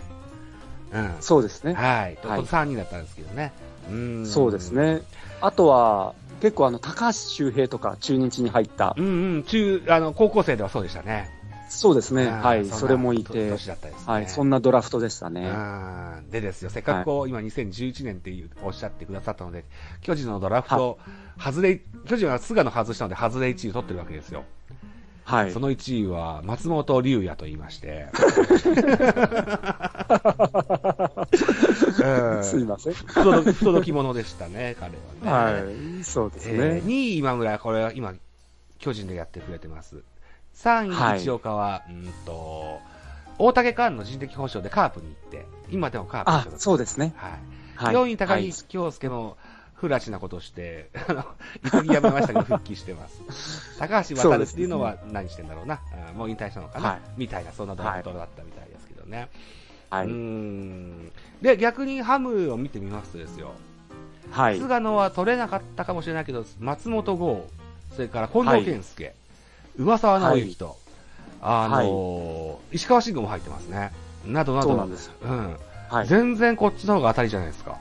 Speaker 2: うん、
Speaker 1: そうですね。
Speaker 2: はい、と
Speaker 1: はい
Speaker 2: 3人だったんですけどね、うん
Speaker 1: そうです、ね。あとは、結構あの、高橋周平とか中日に入った。
Speaker 2: うんうん、中あの高校生ではそうでしたね、
Speaker 1: そうですね。
Speaker 2: うん
Speaker 1: はい。
Speaker 2: んな
Speaker 1: それもい
Speaker 2: と
Speaker 1: て。
Speaker 2: 年だったですね。
Speaker 1: はい。そんなドラフトでしたね。
Speaker 2: うんでですよ、せっかくこう、今2011年っていうおっしゃってくださったので、巨人のドラフト、外れ、巨人は菅野外したので、外れ1位取ってるわけですよ。
Speaker 1: はい
Speaker 2: そ。の1位は、松本龍也と言い
Speaker 1: *laughs*
Speaker 2: まして。うん
Speaker 1: すいません。
Speaker 2: 不届き不届き者でしたね、彼はね。
Speaker 1: はい。そうですね。
Speaker 2: えー2位今村、これは今、巨人でやってくれてます。3
Speaker 1: は
Speaker 2: 位
Speaker 1: い
Speaker 2: 一岡は、うんと、大竹寛の人的保障でカープに行って、今でもカープ
Speaker 1: あ、
Speaker 2: です
Speaker 1: そうですね。
Speaker 2: は
Speaker 1: は
Speaker 2: い。
Speaker 1: い。
Speaker 2: 4位、高
Speaker 1: はい
Speaker 2: 木京介も、不らちなことをして、 *laughs* あの、一時やめまし
Speaker 1: *laughs*
Speaker 2: たけど、復帰してます。高橋
Speaker 1: そうで
Speaker 2: 渡るっ
Speaker 1: すね
Speaker 2: ていうのは何してんだろうな。あもう引退したのかな、
Speaker 1: はい
Speaker 2: みたいな、そんなドラフトだったみたいですけどね。
Speaker 1: は
Speaker 2: うー
Speaker 1: い。
Speaker 2: ん。で、逆にハムを見てみますとですよ。
Speaker 1: はい。
Speaker 2: 菅野は取れなかったかもしれないけど、松本剛、それから近藤健介、上沢直之と、あの石川慎吾も入ってますね。などなど。
Speaker 1: そうなんですよ。
Speaker 2: うん
Speaker 1: はい。
Speaker 2: 全然こっちの方が当たりじゃないですか。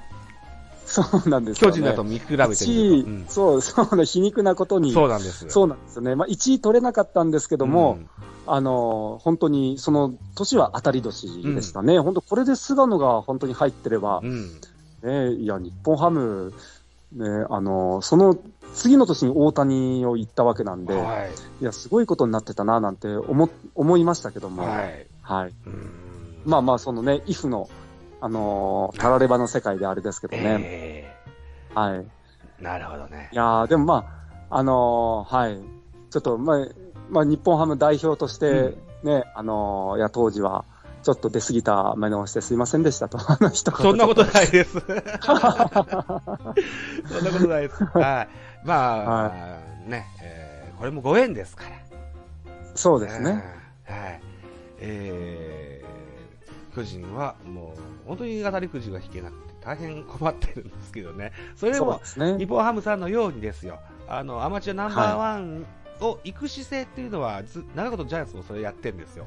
Speaker 1: そうなんですよ、
Speaker 2: 巨
Speaker 1: ね。
Speaker 2: 人だと見比べてみると。
Speaker 1: 1位
Speaker 2: うん
Speaker 1: そう、 *laughs* そうね、皮肉なことに。
Speaker 2: そうなんです。
Speaker 1: そうなんですよね。まあ、1位取れなかったんですけども、
Speaker 2: うん
Speaker 1: あの、本当に、その年は当たり年でしたね。本当、これで菅野が本当に入ってれば、
Speaker 2: うん。
Speaker 1: ね、いや、日本ハム、ね、あの、その次の年に大谷を行ったわけなんで、、
Speaker 2: はい
Speaker 1: や、すごいことになってたな、なんて思、思いましたけど
Speaker 2: い。
Speaker 1: も、
Speaker 2: は
Speaker 1: はい。
Speaker 2: い。うん
Speaker 1: まあまあ、そのね、イフの、あのー、たらればの世界であれですけどね、
Speaker 2: え
Speaker 1: はい。
Speaker 2: えなるほどね
Speaker 1: い。やー、でもまあ、あのーはい。ちょっと、まあ、まあ、日本ハム代表として、ね、あのーいや、当時は、ちょっと出過ぎた目のをしてすいませんでしたと、 *laughs* あの一言。
Speaker 2: *laughs* そんなことないです。 *laughs* そんなことないです。はい。まあ、ね、えーこれもご縁ですから。
Speaker 1: そう
Speaker 2: そ
Speaker 1: ですね。。
Speaker 2: はい。えー巨人はもう、本当に当たりくじが引けなくて大変困ってるんですけどね。それで
Speaker 1: そう
Speaker 2: も
Speaker 1: で、すね
Speaker 2: 日。本ハムさんのようにですよ、あのアマチュアナンバーワンを行く姿勢っていうのは、ず長いことジャイアンツもそれやってるんですよ。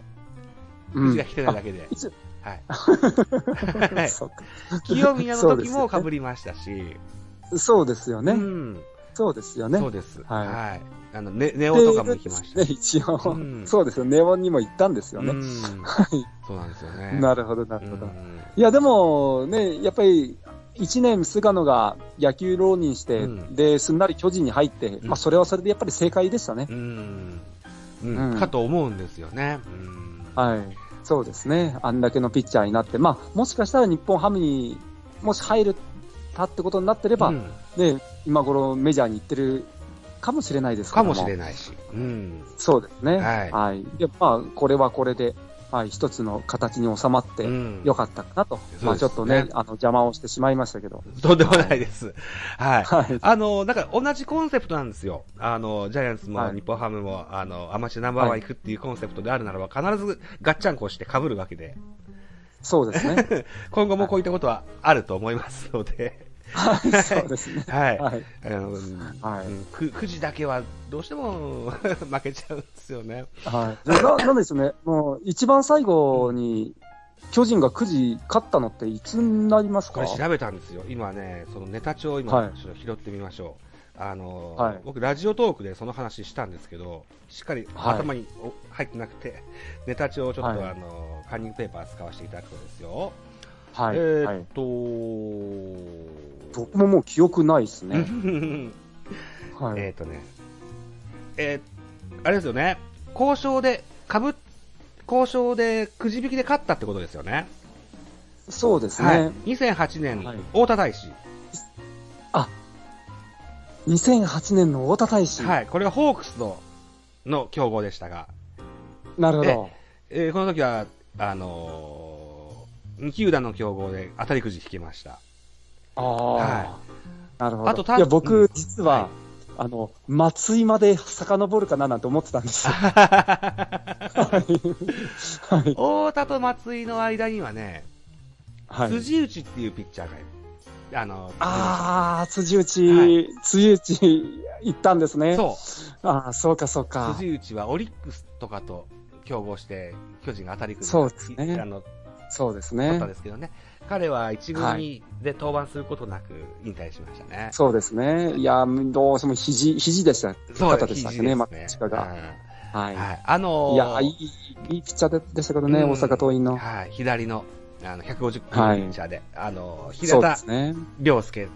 Speaker 1: う
Speaker 2: 口
Speaker 1: ん
Speaker 2: が来てないだけで。
Speaker 1: いつ
Speaker 2: はい。
Speaker 1: あ *laughs*
Speaker 2: はい
Speaker 1: そうか
Speaker 2: 清宮の時
Speaker 1: そう
Speaker 2: も
Speaker 1: ですよね
Speaker 2: 被りましたし、
Speaker 1: そうですよ
Speaker 2: う
Speaker 1: ね。
Speaker 2: ん、
Speaker 1: そうですよね。
Speaker 2: そうです。
Speaker 1: はい
Speaker 2: はい。あの、ネネオとかも行きました
Speaker 1: で。ね、一応、
Speaker 2: うん
Speaker 1: そうですよ。ネオンにも行ったんですよ
Speaker 2: う
Speaker 1: ね。
Speaker 2: ん。
Speaker 1: はい。
Speaker 2: そうなんですよね。
Speaker 1: *laughs* なるほど、なるほど。
Speaker 2: うん
Speaker 1: いや、でも、ね、やっぱり、一年菅野が野球浪人して、
Speaker 2: うん
Speaker 1: で、すんなり巨人に入って、
Speaker 2: ん
Speaker 1: まあ、それはそれでやっぱり正解でしたね。
Speaker 2: うん。
Speaker 1: う
Speaker 2: うんん。かと思うんですよね。うん。
Speaker 1: はい。そうですね。あんだけのピッチャーになって、まあ、もしかしたら日本ハムに、もし入るたってことになってれば、
Speaker 2: うん
Speaker 1: ね、今頃メジャーに行ってるかもしれないですけ
Speaker 2: か
Speaker 1: ども
Speaker 2: もしれないし。うん。
Speaker 1: そうですね。
Speaker 2: はい
Speaker 1: で、まあ、これはこれで、はい、一つの形に収まって、
Speaker 2: うん
Speaker 1: よかったかなと。
Speaker 2: すね
Speaker 1: まあ、ちょっとね、あの、邪魔をしてしまいましたけど。
Speaker 2: とんでもないです。はい。
Speaker 1: はい。
Speaker 2: あの、なんか同じコンセプトなんですよ。あの、ジャイアンツも
Speaker 1: はい
Speaker 2: 日本ハムも、あの、アマチュアナンバーワン行くっていうコンセプトであるならば、必ずガッチャンコして被るわけで、
Speaker 1: そうですね。
Speaker 2: 今後もこういったことはあると思いますので、
Speaker 1: はい、そうですね。
Speaker 2: はい。
Speaker 1: はい。
Speaker 2: あのうん
Speaker 1: はい
Speaker 2: うんくくじだけはどうしても *laughs* 負けちゃうんですよね。
Speaker 1: はい。な、なんでしょうね。もう、一番最後に、巨人が9時勝ったのっていつになります
Speaker 2: こ
Speaker 1: か
Speaker 2: れ調べたんですよ。今ね、そのネタ帳を今、
Speaker 1: はい
Speaker 2: ちょっと拾ってみましょう。あの、
Speaker 1: はい
Speaker 2: 僕、ラジオトークでその話したんですけど、しっかり
Speaker 1: はい
Speaker 2: 頭にお *laughs* 入ってなくて、ネタ帳をちょっと、
Speaker 1: はい
Speaker 2: あの、カンニングペーパー使わせていただくとですよ。
Speaker 1: はい。
Speaker 2: え
Speaker 1: は
Speaker 2: ーっ
Speaker 1: い。
Speaker 2: と、
Speaker 1: 僕ももう記憶ないですね。はい。
Speaker 2: *laughs* えーっとね、えーあれですよね、交渉で、かぶ、交渉でくじ引きで勝ったってことですよね。
Speaker 1: そうですね、
Speaker 2: はい。2008年、
Speaker 1: はい
Speaker 2: 太田大使。
Speaker 1: 2008年の太田大使。
Speaker 2: はい。これはホークスとの競合でしたが、
Speaker 1: なるほど。
Speaker 2: えーこの時は、あのー、2球団の競合で当たりくじ引きました。
Speaker 1: ああ、
Speaker 2: は
Speaker 1: なるほど。
Speaker 2: あとた
Speaker 1: いや、僕、
Speaker 2: うん
Speaker 1: 実は、
Speaker 2: はい
Speaker 1: あの、松井まで遡るかななんて思ってたんですよ。はい。はい。
Speaker 2: 太田と松井の間にはね、
Speaker 1: はい、
Speaker 2: 辻内っていうピッチャーが、あの、
Speaker 1: ああ、辻内、
Speaker 2: はい
Speaker 1: 辻内行ったんですね。
Speaker 2: そ
Speaker 1: ああ、そうかそう
Speaker 2: う、
Speaker 1: か。
Speaker 2: 辻内はオリックスとかと競合して、巨人が当たりくじ
Speaker 1: そうですね
Speaker 2: あの、
Speaker 1: そうです
Speaker 2: 取っ
Speaker 1: ね
Speaker 2: たん。ですけどね、彼は一軍にで登板することなく引退しましたね。
Speaker 1: そうですね。いや、どうしても肘、肘でした。
Speaker 2: そう
Speaker 1: 肩でしたっけね松下がは
Speaker 2: うん
Speaker 1: い。
Speaker 2: はい。あのー
Speaker 1: いや、いい、いいピッチャーででしたけどね、
Speaker 2: うん
Speaker 1: 大阪桐蔭の。
Speaker 2: はい、左の、あの、150キロ
Speaker 1: はい
Speaker 2: ピッチャーで、あの、
Speaker 1: そ
Speaker 2: 平
Speaker 1: うで
Speaker 2: 田
Speaker 1: すね。
Speaker 2: 良介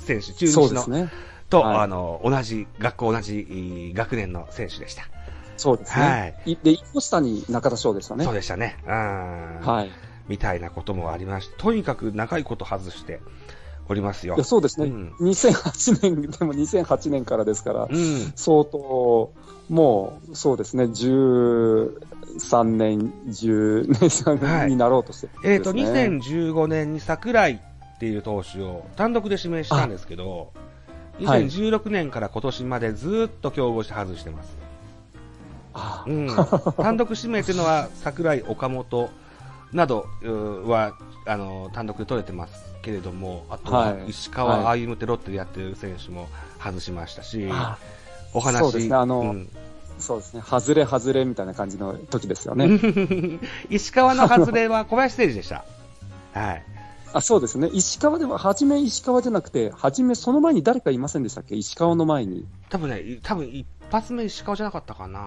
Speaker 2: 選手、中
Speaker 1: そう
Speaker 2: 日
Speaker 1: で
Speaker 2: の、
Speaker 1: すね。
Speaker 2: と、
Speaker 1: はい
Speaker 2: あの、同じ、学校同じえー学年の選手でした。
Speaker 1: そうですね。。
Speaker 2: はい
Speaker 1: で、一個下に中田翔でしたね。
Speaker 2: そうでしたね。うん。
Speaker 1: はい。
Speaker 2: みたいなこともありまして、とにかく長いこと外しておりますよ
Speaker 1: いや、。そうですね。
Speaker 2: うん
Speaker 1: 2008年、 *laughs* でも2008年からですから、
Speaker 2: うん。
Speaker 1: 相当、もう、そうですね、13年、10年、
Speaker 2: はい
Speaker 1: になろうとしてるんです、ね。
Speaker 2: えっ、と、2015年に桜井っていう投手を単独で指名したんですけど、
Speaker 1: はい
Speaker 2: 2016年から今年までずっと競合して外してます。
Speaker 1: あ
Speaker 2: うん
Speaker 1: *laughs*
Speaker 2: 単独指名というのは桜井、岡本などうーはあの単独で取れてますけれども、あとは
Speaker 1: はい
Speaker 2: 石川
Speaker 1: は
Speaker 2: 歩夢ってロッテでやってる選手も外しましたし、
Speaker 1: あ
Speaker 2: お話
Speaker 1: そうですねあの
Speaker 2: うん
Speaker 1: そうですね、外れ外れみたいな感じの時ですよね。
Speaker 2: 石川の外れは小林誠司
Speaker 1: *laughs*
Speaker 2: でした。はい。
Speaker 1: あそうですね、石川では、はじめ石川じゃなくて、はじめその前に誰かいませんでしたっけ、石川の前に。
Speaker 2: 多分ね、い多分一発目石川じゃなかったかな。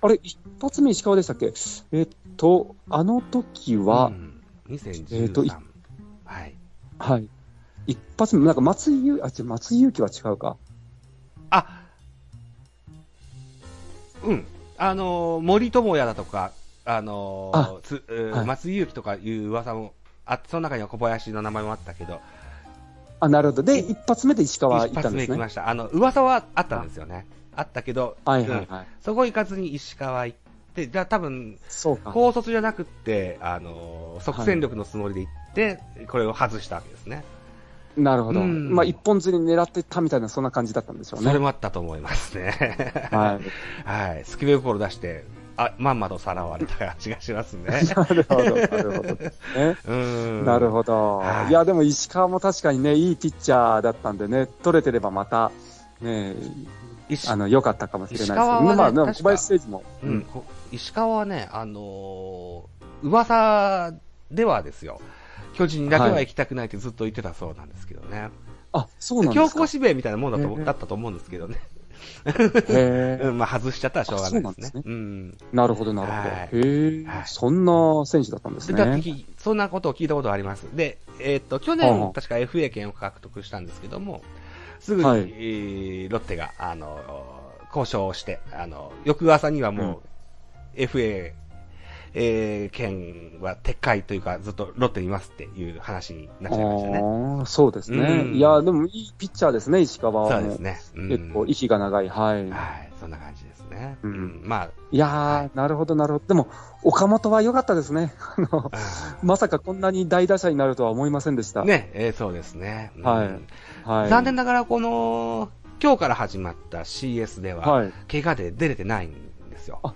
Speaker 1: あれ、一発目石川でしたっけえっと、あの時は、
Speaker 2: うん、2013、
Speaker 1: えーとい
Speaker 2: はい。
Speaker 1: はい。一発目、なんか松井優、あ、違う、松井裕樹は違うか。
Speaker 2: あ、うん。あのー、森友哉だとか、あの
Speaker 1: あ
Speaker 2: ーつえー
Speaker 1: はい
Speaker 2: 松井裕樹とかいう噂も、あその中には小林の名前もあったけど、
Speaker 1: あ、なるほど。で、一発目で石川行
Speaker 2: 一
Speaker 1: った
Speaker 2: 発
Speaker 1: んで
Speaker 2: 目行
Speaker 1: す
Speaker 2: き
Speaker 1: ね。
Speaker 2: ました。あの、噂はあったんですよね。あったけど、
Speaker 1: はいはい
Speaker 2: うん
Speaker 1: はい。
Speaker 2: そこ行かずに石川行って、じゃあ多分、
Speaker 1: そうか。
Speaker 2: 高卒じゃなくって、あのー、即戦力のつもりで行って、これを外したわけですね。
Speaker 1: なるほど。
Speaker 2: うん
Speaker 1: まあ、一本釣り狙ってたみたいな、そんな感じだったんでしょう
Speaker 2: それ
Speaker 1: ね。
Speaker 2: もあったと思いますね。
Speaker 1: はい。
Speaker 2: はい、スケベ心出して、あ、まんまとさらわれた感じがしますね。
Speaker 1: *laughs* *laughs* なるほど、なるほど。ね
Speaker 2: うーん。
Speaker 1: なるほど。
Speaker 2: はい
Speaker 1: いや、でも石川も確かにね、いいピッチャーだったんでね、取れてればまた、ね、
Speaker 2: 石
Speaker 1: あの、良かったかもしれないですけ
Speaker 2: 石
Speaker 1: ど、
Speaker 2: 川はね
Speaker 1: まあ、でも
Speaker 2: 確か
Speaker 1: 小林誠司も、
Speaker 2: うん、こ石川はね、あのー噂ではですよ、巨人だけは行きたくないってずっと言ってたそうなんですけどね。
Speaker 1: あ、そうなんで
Speaker 2: 強
Speaker 1: すか
Speaker 2: 行。指名みたいなもんだと思
Speaker 1: ええ
Speaker 2: だったと思うんですけどね。
Speaker 1: へ
Speaker 2: うん、まあ外しちゃったらしょうがないですね。
Speaker 1: あそうなんで
Speaker 2: うん。
Speaker 1: ーなるほど、なる
Speaker 2: はい
Speaker 1: ほど。へえ
Speaker 2: はい、
Speaker 1: そんな選手だったんです
Speaker 2: でだって
Speaker 1: ね。
Speaker 2: きそんなことを聞いたことあります。で、えーっと、去
Speaker 1: うんう
Speaker 2: 年、
Speaker 1: ん
Speaker 2: 確か FA 権を獲得したんですけども、すぐに、
Speaker 1: はい
Speaker 2: えーロッテが、あの、交渉をして、あの、翌朝にはもう、FA、えー権は撤回というか、ずっとロッテにいますっていう話になっちゃいましたね。
Speaker 1: ああ、そうです
Speaker 2: う
Speaker 1: ね。
Speaker 2: ん
Speaker 1: いや、でもいいピッチャーですね、石川
Speaker 2: そ
Speaker 1: は。
Speaker 2: うですね。うん
Speaker 1: 結構、息が長い。はい。
Speaker 2: はい、そんな感じですね。う
Speaker 1: うんん、
Speaker 2: ま
Speaker 1: いやー、なるほど、なるほど。でも、岡本は良かったですね。あの、
Speaker 2: あ、
Speaker 1: まさかこんなに大打者になるとは思いませんでした。
Speaker 2: ね、えーそうですね。うん
Speaker 1: はいはい。
Speaker 2: 残念ながら、この、今日から始まった CS では、
Speaker 1: はい。
Speaker 2: 怪我で出れてないんですよ。
Speaker 1: あ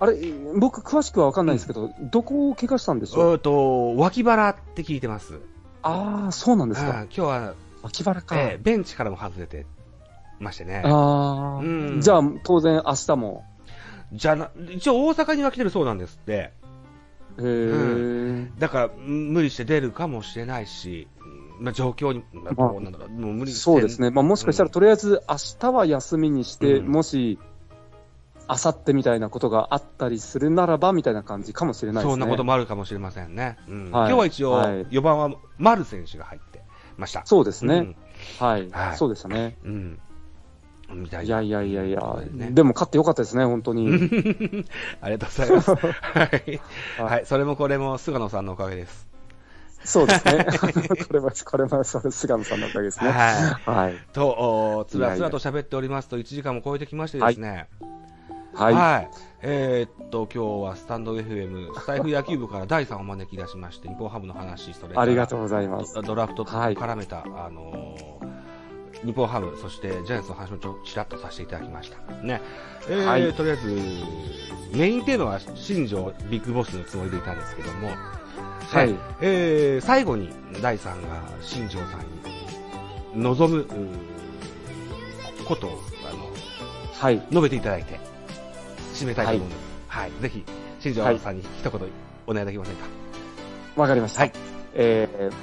Speaker 1: あれ、僕、詳しくは分かんないんですけど、どこを怪我したんで
Speaker 2: え
Speaker 1: しょう
Speaker 2: ーと、脇腹って聞いてます。
Speaker 1: ああ、そうなんです
Speaker 2: あー
Speaker 1: か。
Speaker 2: 今日は、
Speaker 1: 脇腹か。
Speaker 2: えーベンチからも外れてましてね。
Speaker 1: ああ、
Speaker 2: うん
Speaker 1: じゃあ、当然、明日も。
Speaker 2: じゃな、一応大阪には来てるそうなんですって。
Speaker 1: へえ、
Speaker 2: だから、ん無理して出るかもしれないし、うんまあ、状況に、まあ
Speaker 1: まあ
Speaker 2: どうなんだろう、もう無理して
Speaker 1: そうですね。まあ、もしかした
Speaker 2: う
Speaker 1: ら、とりあえず、明日は休みにして、
Speaker 2: うん
Speaker 1: もし、あさってみたいなことがあったりするならばみたいな感じかもしれないですね。
Speaker 2: そんなこともあるかもしれませんね。うん
Speaker 1: はい
Speaker 2: 今日は一応、
Speaker 1: はい
Speaker 2: 4番は丸選手が入ってました。
Speaker 1: そうです
Speaker 2: う
Speaker 1: ね
Speaker 2: ん。
Speaker 1: はい
Speaker 2: は。い
Speaker 1: そうでしたね。
Speaker 2: うん。みた
Speaker 1: いやいやいやいや
Speaker 2: ということ、でね
Speaker 1: でも勝ってよかったですね、本当に。
Speaker 2: *laughs* ありがとうござい
Speaker 1: *laughs*
Speaker 2: ます。はい。はい。それもこれも菅野さんのおかげです。
Speaker 1: そうですね。 *laughs* これは、これは、それ、菅野さんのおかげですね。
Speaker 2: は
Speaker 1: はい。
Speaker 2: い。と、おつらつ
Speaker 1: いや
Speaker 2: ら
Speaker 1: い
Speaker 2: と
Speaker 1: や
Speaker 2: 喋っておりますと、1時間も超えてきましてですね。
Speaker 1: はい。
Speaker 2: えーっと、今日はスタンド FM、スタイフ野球部から第3をお招き出しまして、日本ハムの話、それから
Speaker 1: ありがとうございます。
Speaker 2: ドラフトと
Speaker 1: はい
Speaker 2: 絡めた、あのー日本ハム、そしてジャイアンツの話もちょちらっとさせていただきました。ね。えー
Speaker 1: はい
Speaker 2: とりあえず、メインテーマは新庄ビッグボスのつもりでいたんですけども、
Speaker 1: は
Speaker 2: ね
Speaker 1: い。
Speaker 2: えー最後に第3が新庄さんに望むうーことをあの
Speaker 1: はい。
Speaker 2: 述べていただいて、締めたいと思います。はい。ぜひ、新庄さんに一言お願いできませんか。
Speaker 1: わかりました。
Speaker 2: はい
Speaker 1: えー、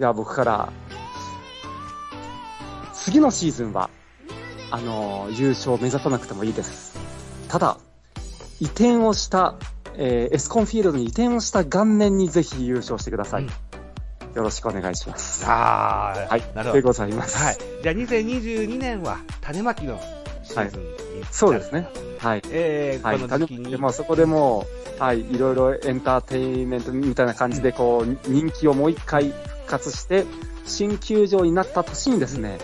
Speaker 1: じゃあ僕から、次のシーズンは、あのー優勝を目指さなくてもいいです。ただ、移転をした、えーエスコンフィールドに移転をした元年にぜひ優勝してください。
Speaker 2: うん
Speaker 1: よろしくお願いします。
Speaker 2: あー
Speaker 1: はい。
Speaker 2: なるほ
Speaker 1: で
Speaker 2: ど。
Speaker 1: ございます。
Speaker 2: はい。じゃあ、2022年は種まきのシーズンに、
Speaker 1: そうですね。はい。
Speaker 2: えー
Speaker 1: はい、
Speaker 2: この時期
Speaker 1: で
Speaker 2: に、
Speaker 1: もうそこでもう、はい、いろいろエンターテインメントみたいな感じで、こう、人気をもう一回復活して、新球場になった年にですね、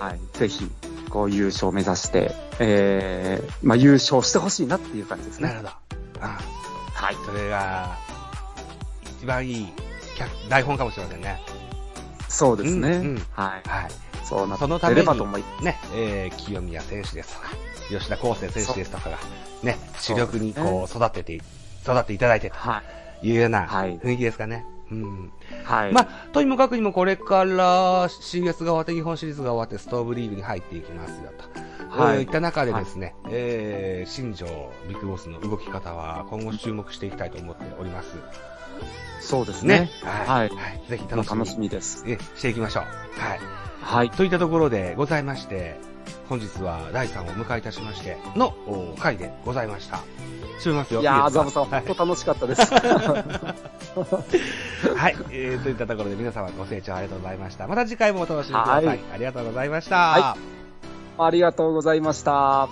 Speaker 1: はい、ぜひ、こう、優勝を目指して、えー、まあ、優勝してほしいなっていう感じです
Speaker 2: なる
Speaker 1: ね。
Speaker 2: ほど。あ
Speaker 1: はい。
Speaker 2: それが、一番いい脚台本かもしれませんね。
Speaker 1: そうですね。
Speaker 2: うんうん
Speaker 1: はい。
Speaker 2: はい。
Speaker 1: そうな
Speaker 2: その
Speaker 1: ったてれ
Speaker 2: めに
Speaker 1: ばと思い、
Speaker 2: ね、えー清宮選手ですとか、吉田康生選手ですとかが、ね、主力にこう育てて、育てていただいてと
Speaker 1: はい。
Speaker 2: いうような
Speaker 1: はい
Speaker 2: 雰囲気ですかね。うん。
Speaker 1: はい。
Speaker 2: まあ、とにもかくにもこれから CS が終わって、日本シリーズが終わって、ストーブリーグに入っていきますよと。
Speaker 1: はい
Speaker 2: えーいった中でですね、えー新庄ビッグボスの動き方は今後注目していきたいと思っております。
Speaker 1: そうですね
Speaker 2: ね。。はい。
Speaker 1: はい
Speaker 2: はいぜひ楽しみ
Speaker 1: 楽
Speaker 2: に
Speaker 1: しみです。
Speaker 2: えしていきましょう。はい。
Speaker 1: はい。
Speaker 2: といったところでございまして、本日は第3をお迎えいたしましてのお回でございました。締めますよ。
Speaker 1: いや
Speaker 2: い
Speaker 1: ー、
Speaker 2: いです
Speaker 1: ザ
Speaker 2: か
Speaker 1: ボさん、
Speaker 2: はい
Speaker 1: 本当楽しかった
Speaker 2: *laughs*
Speaker 1: です。
Speaker 2: はい、えーといったところで皆様ご清聴ありがとうございました。また次回もお楽しみください。
Speaker 1: はい
Speaker 2: ありがとうございました。
Speaker 1: はいありがとうございました。